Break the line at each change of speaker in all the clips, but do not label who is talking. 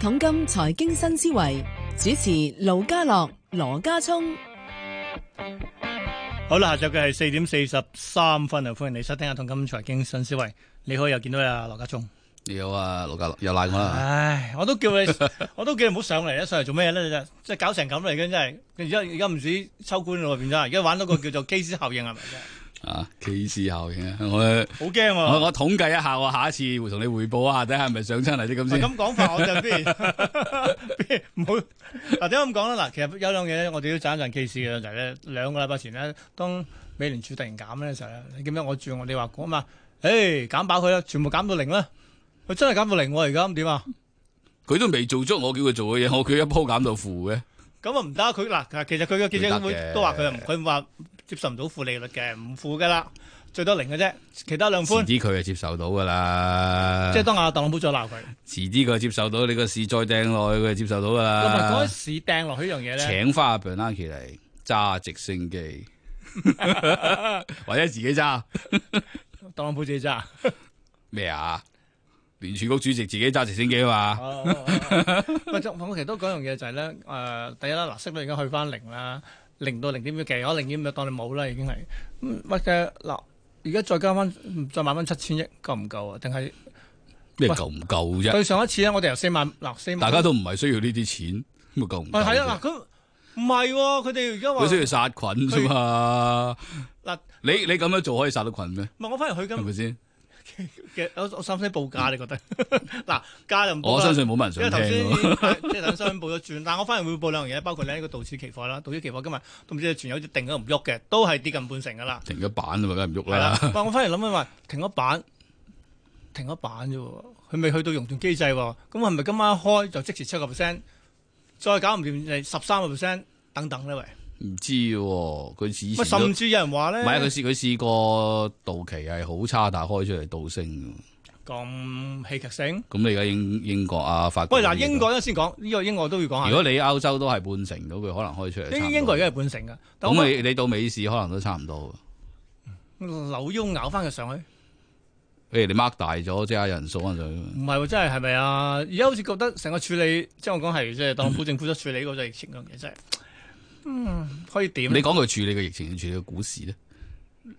桶金財經新思維主持盧家樂、羅家聰。
好啦，下晝嘅係四點四十三分啊！歡迎你收聽《一桶金財經新思維》。你好，又見到你啊，羅家聰。
你好啊，盧家樂又賴我啦。
唉，我都叫 你，我都叫你唔好上嚟啦，啊上嚟做咩咧？就即係搞成咁嚟嘅，真係。而家而家唔止秋官咯，變咗而家玩到個叫做 K 師效應係咪真係
啊，歧視效應啊！我
好驚喎！
我我統計一下，我下一次會同你匯報一下，睇下係咪上親嚟啲咁
喂
先。
咁講法，我就不 如不如唔好嗱。點解咁講咧？嗱，其實有兩樣嘢咧，我哋都賺一賺 case 嘅就係咧，兩個禮拜前咧，當美聯儲突然減嘅時候咧，你記唔記得我住我哋話講嘛？誒、減飽佢啦，全部減到零啦。佢真係減到零喎，而家咁點啊？
佢都未做足我叫佢做嘅嘢，我叫佢一鋪減到負嘅。
咁啊唔得，佢嗱，其實佢嘅記者
唔得
會
嘅
都話佢唔，佢話接受唔到負利率嘅，唔負噶啦，最多零嘅啫，其他量寬
遲，啲佢係接受到噶啦。
即係當阿特朗普再鬧佢。
遲啲佢接受到，你個市再掟落去，佢就接受到噶
咁啊，
啦
嗰。時掟落去一樣嘢咧，
請翻阿 b e r n a n 嚟揸直 升機，或者自己揸
特朗普自己揸。
咩啊？聯儲局主席自己揸直升機啊嘛。
哦哦哦哦喂，就我其實都講樣嘢就係咧，誒、第一啦，嗱息率而家去翻零啦，零到零點幾，我零點五就當你冇啦，已經係咁乜嘅嗱。而家再加翻，再買翻七千億夠唔夠啊？定係喂
咩夠唔夠啫？
對上一次咧，我哋由四萬嗱四萬，
大家都唔係需要呢啲錢，咁咪夠唔夠
喂係
啫
啊嗱，咁唔係喎，佢哋而家話
佢需要殺菌啫嘛。
嗱，
你你咁樣做可以殺到菌咩？
唔係我反而去
係
緊
咪先？
嘅，我我使唔使報價？你覺得 嗱價就唔報
我
啦
相信冇乜人
啊因為頭
想
先
聽
已
喎。
經係即係等新聞報咗轉，但我反而會報兩樣嘢，包括咧呢個道指期貨啦，道指期貨今日都唔知全有啲定咗唔喐嘅，都係跌近半成噶啦。
停咗板啊嘛，梗係唔喐
係啦
啦。，
但我反而諗緊話停咗板，停咗板啫喎，佢未去到熔斷機制喎，咁係咪今晚一開就即時七個 percent，再搞唔掂係十三個 percent 等等咧？喂，
唔知喎，佢以
喂，
前都
甚
唔
至有人話咧，
係啊佢試佢試過到期係好差，但係開出嚟倒升㗎。
咁戲劇性。
咁你而家英英國啊法國
喂，
嗰啲
嗱，
都
英國咧先講，呢個英國都要講下。
如果你歐洲都係半成到，佢可能開出嚟差唔多。
英英國而家係半成嘅，啊但我
咁你你到美市可能都差唔多。
扭腰咬翻佢上去，
譬如你 mark 大咗，即係人數可能就
唔係喎，真係係咪啊？而家好似覺得成個處理，即係我講係即係特朗普政府所處理嗰個疫情嗰樣嘢，真係，嗯，可以點
你
咧？
講佢處理嘅疫情，定處理嘅股市咧？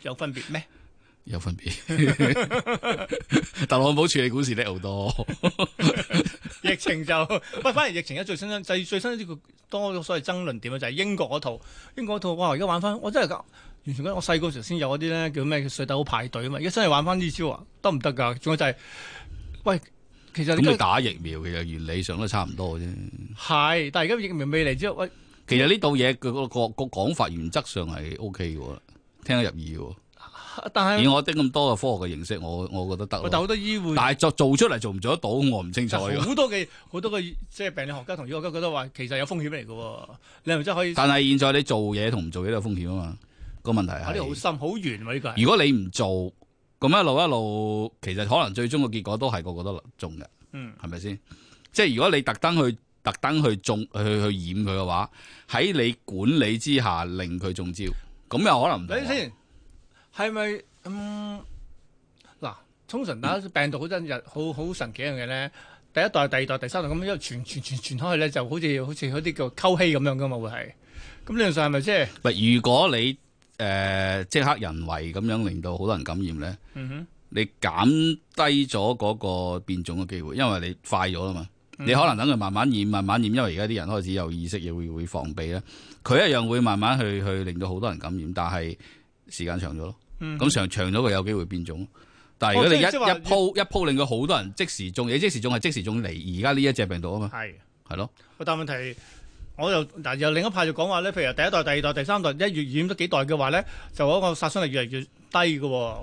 有分別咩？
有分別。 特朗普處理股市叻 好多，
疫情就 喂，反而疫情而家最新就係最新呢個多咗所謂爭論點啊，就係英國嗰套，英國嗰套哇！而家玩翻，我真係㗎完全覺得我細個時候先有嗰啲咧叫咩叫水痘排隊啊嘛，而家真係玩翻呢招啊，得唔得㗎？仲有就係、喂，其實
咁你
你
打疫苗其實原理上都差唔多啫。
係，但係而家疫苗未嚟之後，喂，
其實呢度嘢佢個個個講法原則上係 O K 嘅喎，聽得入耳
但
嘅喎。以
係
我啲咁多嘅科學嘅認識，我我覺得得
喂但嗯
咯。
好多醫護
但。係做做出嚟做唔做得到，我唔清楚
就
嘅。
好多嘅好多嘅即係病理學家同醫學家覺得話，其實有風險嚟嘅喎，你係咪真係可以？
但係現在你做嘢同唔做嘢都有風險啊嘛。個問題
啊呢個好
係，
深好圓喎呢個係。
如果你唔做，咁一路一路，其實可能最終嘅結果都係個個都中嘅。
嗯，
係咪先？即係如果你特登去特登去中去去染佢嘅話，喺你管理之下令佢中招，咁又可能唔同
睇
喎。
先係咪嗯嗱？通常打病毒嗰陣日好好神奇一樣嘢咧，第一代、第二代、第三代咁樣一路傳傳傳傳開去咧，就好似好似嗰啲叫溝稀咁樣噶嘛，會係咁理論上係咪即係？
唔係如果你誒、呃即刻人為咁樣令到好多人感染咧，
嗯哼，
你減低咗嗰個變種嘅機會，因為你快咗啦嘛。
嗯
你可能等佢慢慢染，慢慢染，因為而家啲人開始有意識，又會會防備咧。佢一樣會慢慢去去令到好多人感染，但係時間長咗咯。
嗯
咁長長咗佢有機會變種。但係如果你一、
哦即係即係話
一鋪一鋪令到好多人即時中，你即時中係即時中嚟而家呢一隻病毒啊嘛，
係。
係咯。
但問題我又嗱，又另一派就講話咧，譬如第一代、第二代、第三代，一越染咗幾代嘅話咧，就嗰個殺傷力越嚟越低嘅喎。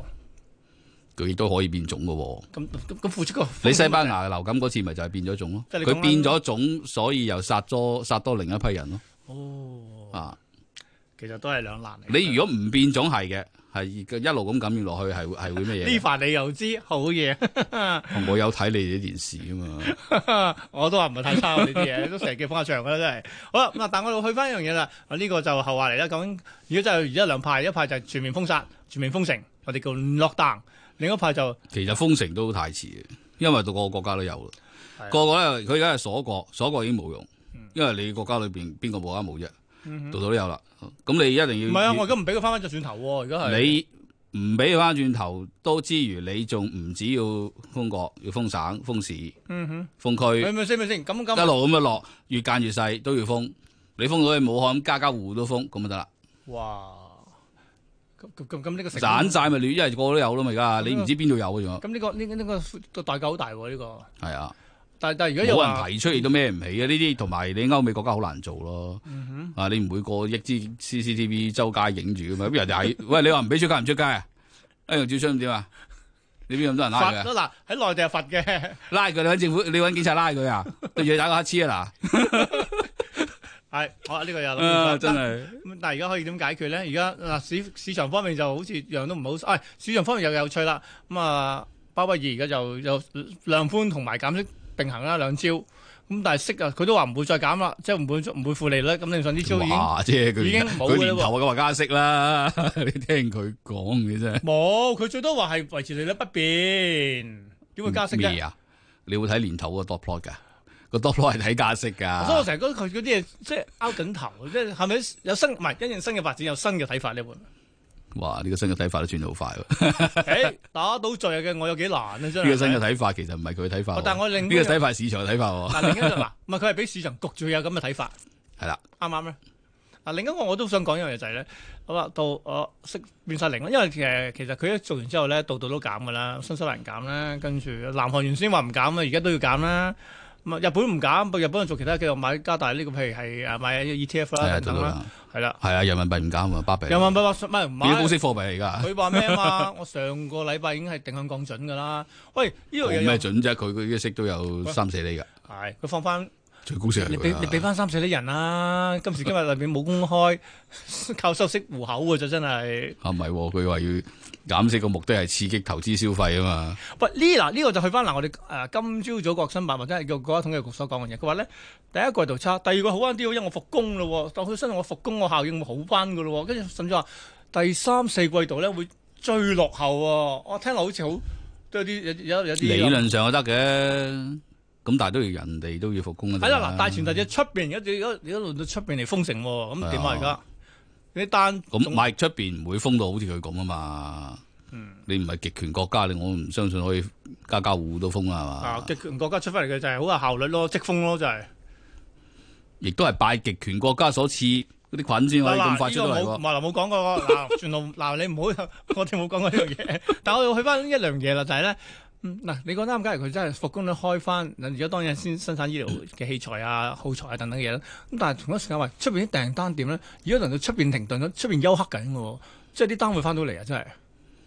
佢亦都可以變種嘅喎。
咁咁咁付出個
你西班牙流感嗰次咪就係變咗種咯，
即係你講緊
佢變咗種，所以又殺咗殺多另一批人咯。
哦，
啊，
其實都係兩難嚟。
你如果唔變種係嘅，係一路咁感染落去係會係會咩
呢
嘢
份你又知好嘢，
嘅？我有睇你哋呢件事啊嘛。
我都話唔係太差喎呢啲 嘢，都成日叫風下場噶啦，真係。好啦，咁啊，但我哋去翻一樣嘢啦，啊呢個就後話嚟啦。究竟如果就而家兩派，一派就係全面封殺、全面封城，我哋叫 lockdown；另一派就
其實封城都太遲嘅，因為到個個國家都有啦。
係啊嗯
個個咧，佢而家係鎖國，鎖國已經冇用，因為你國家裏邊邊個國家冇啫，度度都有啦。咁你一
唔
定
係啊，
要
我而家唔俾佢翻翻隻轉頭喎，而家係
你唔俾翻轉頭都之餘，你仲唔只要封國，要封省、封市、
嗯哼，
封區，一
係咪先？咪先咁咁
路咁樣落，越間越細都要封。你封到去武漢，家家戶戶都封，咁咪得啦。
哇！咁咁咁咁呢個成
散晒咪亂，因為個個都有啦嘛。而
嗯
家你唔知邊度有嘅啫。
咁呢個呢個呢個個代價好大喎呢個。
係啊，
但但係而家又
冇人
話
提出嚟都孭唔起啊嘅呢啲，同埋你歐美國家好難做咯。
嗯
啊，你唔會個億支 CCTV 周街影住噶嘛？咁人哋係喂，你話唔俾出街唔出街啊？誒楊照昌點啊？你邊有咁多人拉
罰
佢啊？
嗱喺內地係罰嘅，
拉佢，你揾政府，你揾警察拉佢啊？對住你打個乞嗤啊
係好啊呢個又
嗱！啊
諗
真
真係。
係
咁但係而家可以點解決咧？而家嗱市市場方面就好似樣都唔好，唉、市場方面又有趣啦。咁、啊，鮑威爾而家就有量寬同埋減息並行啦，兩招。咁但係息啊，佢都話唔會再減啦，即係唔會唔會負利率。咁你上呢招已經
哇！即係佢
已經冇㗎啦
佢年頭啊，佢話加息啦， 你聽佢講嘅啫。
冇，佢最多話係維持利率不變，點會加息
咩
啫？
啊？你會睇年頭個 dot plot 噶？個 dot plot 係睇加息噶。
所以我成日覺得佢嗰啲嘢即係拗緊頭，即係係咪有新唔係因應新嘅發展有新嘅睇法呢？ 會唔會
哇！呢、個新嘅睇法都轉得好快喎。
誒打到罪嘅我有幾難啊！真係
呢個新嘅睇法其實唔係佢嘅睇法
哦但係
喎，
我另
呢
一
個睇法係市場嘅睇法喎。
但另一個嗱，唔係佢係俾市場焗住有咁嘅睇法，
係啦，
啱唔啱咧？嗱，另一個我都想講一樣嘢就係、咧，好啦，到我識變晒零啦，因為其實其實佢一做完之後咧，度度都減噶啦，新西蘭減啦，跟住南韓原先話唔減啊，而家都要減啦。咁啊，日本唔減，不過日本做其他繼續買加大呢個，譬如係誒買 ETF
係
啦
啊，
等
做
等
到
啦，
啦，
係啦。
係啊，人民幣唔減啊，巴比。
人民幣話想買唔買
變咗？高息貨幣嚟㗎，
佢話咩啊 嘛？我上個禮拜已經係定向降準噶啦。喂，呢度又
冇
有
咩準啫？佢佢啲息都有三四厘㗎，
係佢放翻。
最高息係
你
佢
俾
啦
你俾翻三四啲人啦、今時今日裏邊冇公開，靠收息糊口嘅就真係。
啊，唔係喎，佢話要減息個目的係刺激投資消費啊嘛。
喂，呢嗱呢個就去翻嗱我哋誒、呃今朝早國新辦或者係叫國家統計局所講嘅嘢，佢話咧第一季度差，第二個好翻啲喎，因為我復工咯喎，當佢身上我復工，我效應會好翻嘅咯喎，跟住甚至話第三四季度咧會最落後喎、我聽落好似好都有啲有有有啲
理論啊上就得嘅，咁但係都要人哋都要復工啊。
係啦，嗱，大前提就出邊，而家而家而家輪到出邊嚟封城喎，咁點啊而家？你單
咁
仲
買出邊唔會封到好似佢咁啊嘛。
嗯
你唔係極權國家，你我唔相信可以家家戶戶都封啦，係嘛？
啊，極權國家出翻嚟嘅就係好有效率咯，即封咯就係、
亦都係拜極權國家所賜嗰啲菌先可以咁快出到嚟
呢個冇
喎。
嗱嗱冇講過 喎嗱，全路嗱你唔好， 我哋冇講過呢樣嘢。 但我要去翻一樣嘢啦，就係咧，嗯嗱，你講得啱，假如佢真係復工率開翻，嗱而家當然先生產醫療嘅器材啊、耗材啊等等嘢啦。咁但係同一時間，喂，出邊啲訂單點咧？而家輪到出邊停頓咗，出邊休克緊嘅喎，即係啲單會翻到嚟啊，真係。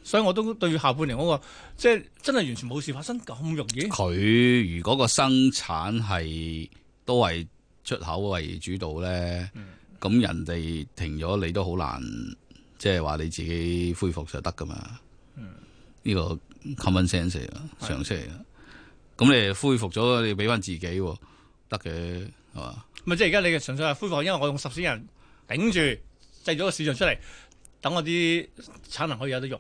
所以我都對下半年嗰、個即係真係完全冇事發生咁容易。
佢如果個生產係都係出口為主導咧，
嗯
咁、人哋停咗，你都好難，即係話你自己恢復就得噶嘛。
嗯
呢、個 common sense 嚟㗎，常識嚟㗎。咁你恢復咗，你俾翻自己喎，得嘅係嘛？
咪即係而家你嘅純粹係恢復，因為我用十四人頂住製咗個市場出嚟，等我啲產能可以有得用。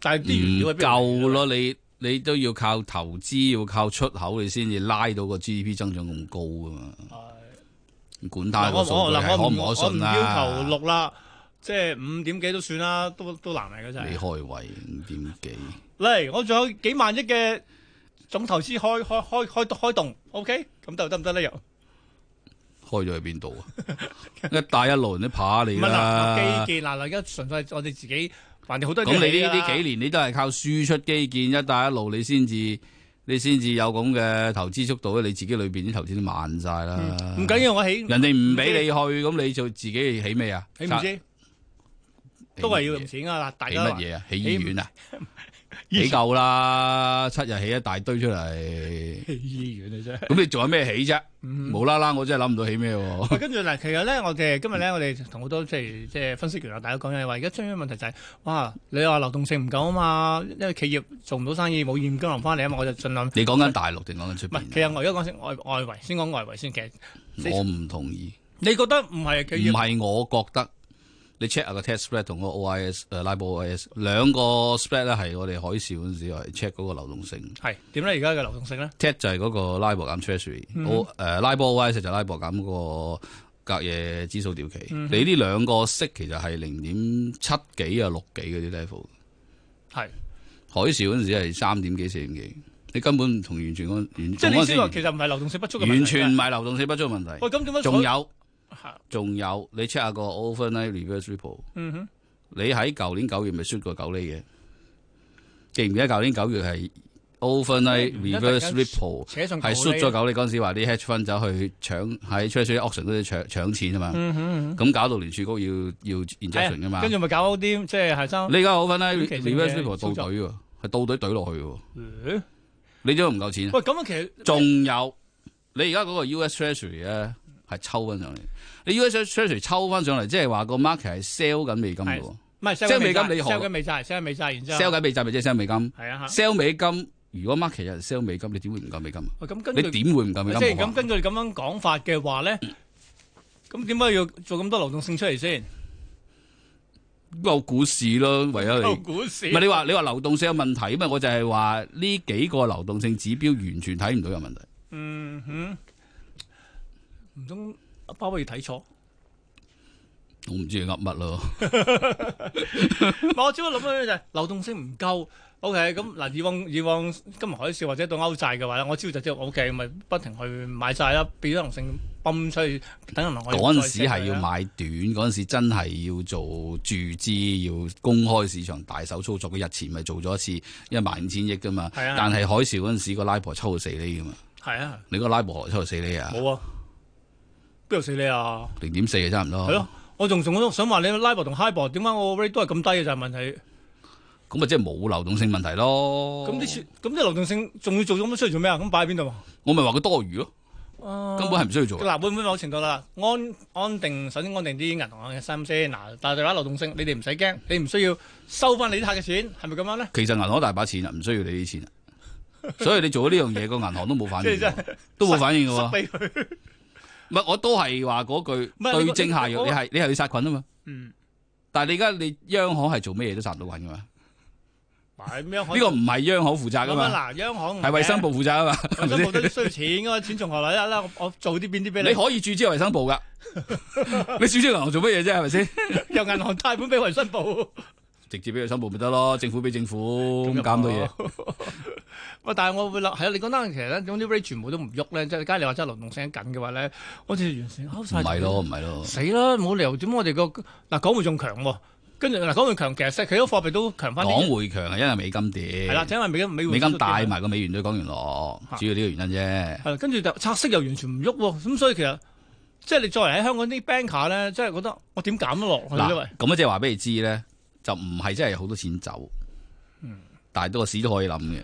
但係啲原料
唔
喺邊度
夠咯，你你都要靠投資，要靠出口，你先至拉到個 GDP 增長咁高噶嘛。管
嚟
他
㗎？
個
我
數
我
據
嗱
係可
我唔
唔可
我唔
信啊
要求
啦。
六啦，即係五點幾都算啦，都都難嚟嘅真
你
係。
開胃五點幾？
嚟，我仲有幾萬億嘅總投資開開開開開動，OK，咁就得唔得咧？又唔
開咗去邊度啊？一帶一路人都怕你
係嗱，
啦。
基建嗱嗱，而家純粹係我哋自己還掂好多
咁你呢呢
幾
幾年你都係靠輸出基建一帶一路，你先至你先至有咁嘅投資速度咧。你自己裏邊啲投資都慢晒啦。
唔緊要，我起
人哋唔俾你去，咁你就自己起咩啊？
起唔知都係要用錢啊！嗱，大
起
家
乜
話
嘢啊？起
起
醫 院啊？起夠啦，七日起一大堆出嚟，
醫院啊真係。
咁你仲有咩起啫？
嗯
無啦啦，我真係諗唔到起咩喎。
喂跟住嗱，其實咧，我哋今日咧，我哋同好多即係即係分析員啊，大家講嘢話，而家最緊要問題就係、哇，你話流動性唔夠啊嘛，因為企業做唔到生意，冇現金流翻嚟啊嘛，我就盡量。
你講緊大陸定講緊出
唔係，其實
邊
我
啊？
而家講先外外圍，先講外圍先。其實其實
我唔同意，
你覺得唔係企業
唔係我覺得，你 check 下個 test spread 同個 OIS 誒 LIBOR OIS 兩個 spread 咧係我哋海嘯嗰陣時係 check 嗰個流動性
係點咧？而家嘅流動性咧，
，test 就係嗰個 LIBOR 減
嗯
treasury，O 誒 LIBOR OIS 就 LIBOR 減嗰個隔夜指數調期。
嗯
你呢兩個息其實係零點七幾啊六幾嗰啲 level，
係
海嘯嗰陣時係三點幾四點幾，你根本唔同完全嗰完
即係
同
你
嗰陣時
先話其實唔係流動性不足嘅問題
完全唔係流動性不足嘅問題。
喂，咁點解
仲有
所？
仲有，你 check 下個 overnight reverse repo。
嗯哼，
你喺舊年九月咪輸過九厘嘅？記唔記得舊年九月係 overnight
嗯而家突然
reverse
間
repo
扯上
係
九
輸
厘
咗九厘嗰陣時，話啲 hedge fund 走去搶喺 treasury auction 嗰啲搶搶錢啊嘛，
嗯
咁搞到聯儲局要要
係啊
injection 噶嘛。
跟住咪搞啲即係係生
你而家 overnight
短期性嘅
reverse repo 係
操
倒
作
隊喎，係倒隊隊落去嘅喎，
咦
你都唔夠錢啊。
喂，咁啊，其實
仲有你而家嗰個 US Treasury 咧係抽翻上嚟，你 US Treasury 抽翻上嚟，即係話個 market 係 sell 緊美金嘅喎
唔係 sell
即係
緊
美金
債
你何
sell 緊美債，sell 緊美債，然之後
，sell 緊美債咪即係 sell 美金
係啊嚇。
，sell 美金。如果 market 有人 sell 美金，你點會唔夠美金啊？
喂咁根
你
據即
點會唔夠美金？啊
係
冇可
咁
能
根據你咁樣講法嘅話咧，咁點解要做咁多流動性出嚟先？
有股市咯，唯有
做
你。
股市
唔係你話你話流動性有問題啊嘛？我就係話呢幾個流動性指標完全睇唔到有問題。
嗯哼，唔通阿包威睇錯？
我唔知佢噏乜咯。
唔係我只不過諗緊就係流動性唔夠。OK，咁嗱，以往以往金融海嘯或者到歐債嘅話咧，我知道就知道 OK，咪不停去買債啦，俾咗流動性泵出去，等銀行可以
嗰陣
再
時
check
係
佢
要
啦啊
買短，嗰陣時真係要做注資，要公開市場大手操作。佢日前咪做咗一次一萬五千億噶嘛，
係啊
但係海嘯嗰陣時個拉婆抽到四厘噶嘛，
係啊，
你個拉婆抽到四厘啊，
冇啊，邊度死你啊？
零點四啊差唔
係
多
咯，，我仲仲想話你 LIBOR 同 HIBOR 點解我 rate 都係咁低嘅就係問題。
咁咪即係冇流動性問題咯。
咁啲錢咁啲流動性仲要做咁多出嚟做咩啊？咁擺喺邊度啊？
我咪話佢多餘咯，
啊
根本係唔需要做。啊
嗱，會唔會某程度啦？安安定，首先安定啲銀行嘅心先。嗱，但係你話流動性，你哋唔使驚，你唔需要收翻你啲客嘅錢，係咪咁樣咧？
其實銀行大把錢啊，唔需要你 啲錢啊，所以你做咗呢樣嘢，個銀行都冇反應
即係
喎，都冇反應嘅
塞
喎。
俾佢。
唔係，我都係話嗰句
唔係你
對症下藥，
你
你係你係要殺菌啊嘛。
嗯，
但係你而家你央行係做咩嘢都殺唔到菌噶嘛？呢
買咩？呢
個唔係央行負責噶
咁
嘛，
啊嗱，央行
係衞生，部負責啊嘛。
衞生部都需要錢噶嘛，錢從何來啦？我我做啲邊 啲俾
你可以注資衞生部噶，你注資銀行做乜嘢啫？係咪先？
你？由銀行貸款俾衞生部。
直接俾衞生部咪得咯，政府俾政府咁
咁
減到嘢。。
喂，但係我會諗，係啊，你講得其實咧，總之 rate 全部都唔喐咧，即係假如你話真係流動性緊嘅話咧，好似完全拋
唔
晒。
係咯，唔係咯，
死啦！冇理由點我哋個嗱港匯仲強喎，跟住嗱港匯強，其實其他貨幣都強翻
港
啲。
匯強係因為美金
係啦，
跌，
就因為美金美匯
美金
指數跌
帶埋個美元對港元落
嚇，
主要呢個原因啫。
係啦，跟住就拆息又完全唔喐喎，咁所以其實即係你作為喺香港啲 banker 咧，即係覺得我點減得落去
嗱，
因
咁
為
啊，即係話俾你知咧，就唔係真係好多錢走，
嗯
但係都個市都可以諗嘅。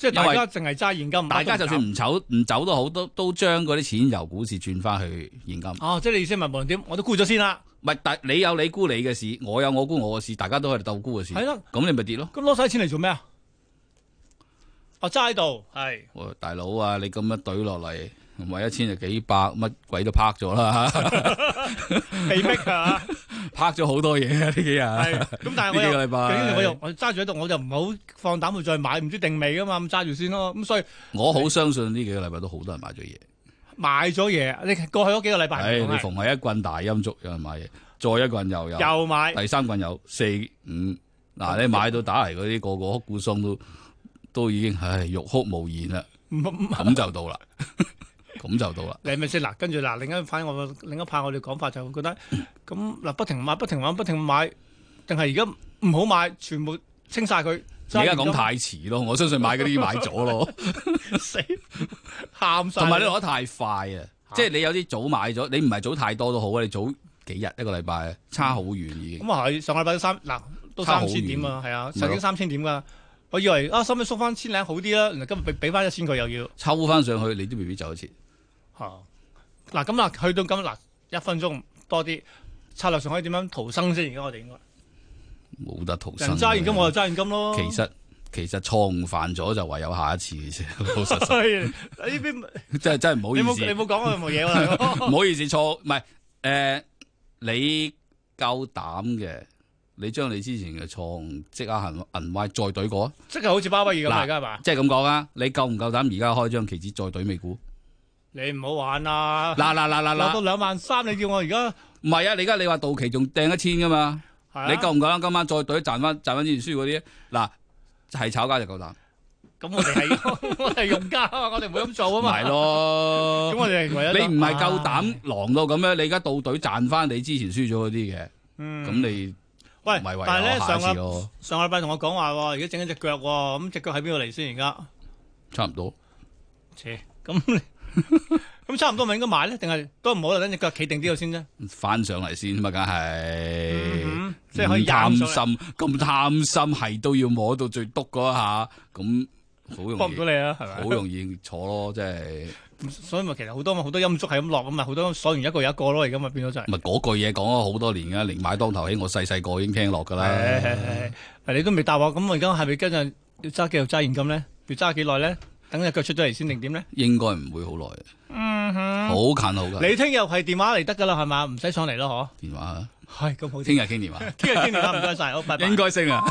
即係大
因
家淨係揸現金，
大家
乜都
就
唔
算
搞
唔走唔走都好，都都將嗰啲錢由股市轉翻去現金。
哦，即係你意思係無論點我都沽咗先啦，
唔係，但你有你沽你嘅市，我有我沽我嘅市，大家都喺度鬥沽嘅市。
係啦，
咁你咪跌咯。
咁攞晒錢嚟做咩啊？哦，揸喺度係。
喂，大佬啊，你咁樣懟落嚟，唔係一千就幾百，乜鬼都拍咗啦，
被逼 啊！
拍咗好多嘢啊！呢幾日
係
呢
咁，但係
幾
我又
個禮
跟住我又
拜，
我揸住喺度，我就唔好放膽去再買，唔知定未噶嘛，咁揸住先咯。咁所以
我好相信呢幾個禮拜都好多人買咗嘢。
買咗嘢，你過去嗰幾個禮拜
唉，
唔
你
同
逢係一棍大陰燭，有人買嘢，再一棍又有，
又買，
第三棍有四五。嗱，你買到打嚟嗰啲，個個哭股鬆都都已經唉欲哭無言啦，
唔唔
咁就到啦，咁就到啦。
你咪先嗱，跟住嗱，另一派我另一派我哋講法就會覺得，咁嗱不停買，不停買，不停買，定係而家唔好買，全部清晒佢。
而家講太遲咯，我相信買嗰啲已經買咗咯，
死，喊晒。
同埋你攞得太快啊！即係你有啲早買咗，你唔係早太多都好啊，你早幾日一個禮拜差好遠已經。
咁啊係，上個禮拜都三嗱都
差好
三千點啊，係啊，
咪
曾
咯
經三千點噶。我以為啊，收尾縮翻千零好啲啦，原來今日俾俾翻一千佢又要
抽翻上去，你都未必走一次。
嚇。嗱咁嗱，去到咁嗱一分鐘多啲，策略上可以點樣逃生先？而家我哋應該
冇得逃生
人
嘅。
揸現金，我就揸現金咯。
其實其實錯誤犯咗就唯有下一次嘅啫，老實實
係呢邊
真係真係唔好
你
意
冇你
思，
冇講我有冇嘢喎大佬。
唔好意思錯唔係誒，你夠膽嘅，你將你之前嘅錯誤即刻行銀歪再懟過啊，
即係好似巴威爾咁
嗱
而家係嘛？
即係咁講啊！你夠唔夠膽而家開張期指再懟美股？
你唔好玩啦！
嗱嗱嗱嗱
落到
嗱，
兩萬三，你叫我而家
唔係啊！你而家你話到期仲掟一千噶嘛？
係啊
你夠唔夠膽今晚再懟賺翻賺翻之前輸嗰啲？嗱，係炒家就夠膽，
咁，我哋係 我哋係用家啊嘛，我哋唔會咁做啊嘛。
咪咯
咁。我哋係唯一得
你唔係夠膽，狼到咁樣，你而家到隊賺翻你之前輸咗嗰啲嘅，咁、
嗯
你
喂，
咪
但
唯
係
有
咧
下
上
一次
個
咯，
上個禮拜同我講話喎，而家整緊只腳喎，咁只腳喺邊度嚟先？而家，
差唔多。
切咁 你咁差唔多咪應該買咧？定係都唔好啦，等只腳企定啲先啫。
翻上嚟先嘛，梗係
嗯即係可以
唔貪
硬上嚟，
心，咁貪心係都要摸到最篤嗰一下，咁好
幫
容
唔
易
到你啊，係咪
好？容易坐咯，即係
所以咪其實好多好多陰燭係咁落咁嘛，好多鎖完一個又一個咯，而家咪變咗就係。
咪嗰句嘢講咗好多年噶，寧買當頭起，我細細個已經聽落噶啦。
係係係係你都未答我，咁我而家係咪跟住要揸繼續揸現金咧？要揸幾耐咧？等只腳出咗嚟先定點咧？
應該唔會好耐，好近好近。
你聽日係電話嚟得㗎啦，係嘛？唔使上嚟咯，
電話啊，
嗬。係咁好啲。
聽日傾電話，
聽日傾電話，唔該晒，好，拜拜
應。該升啊！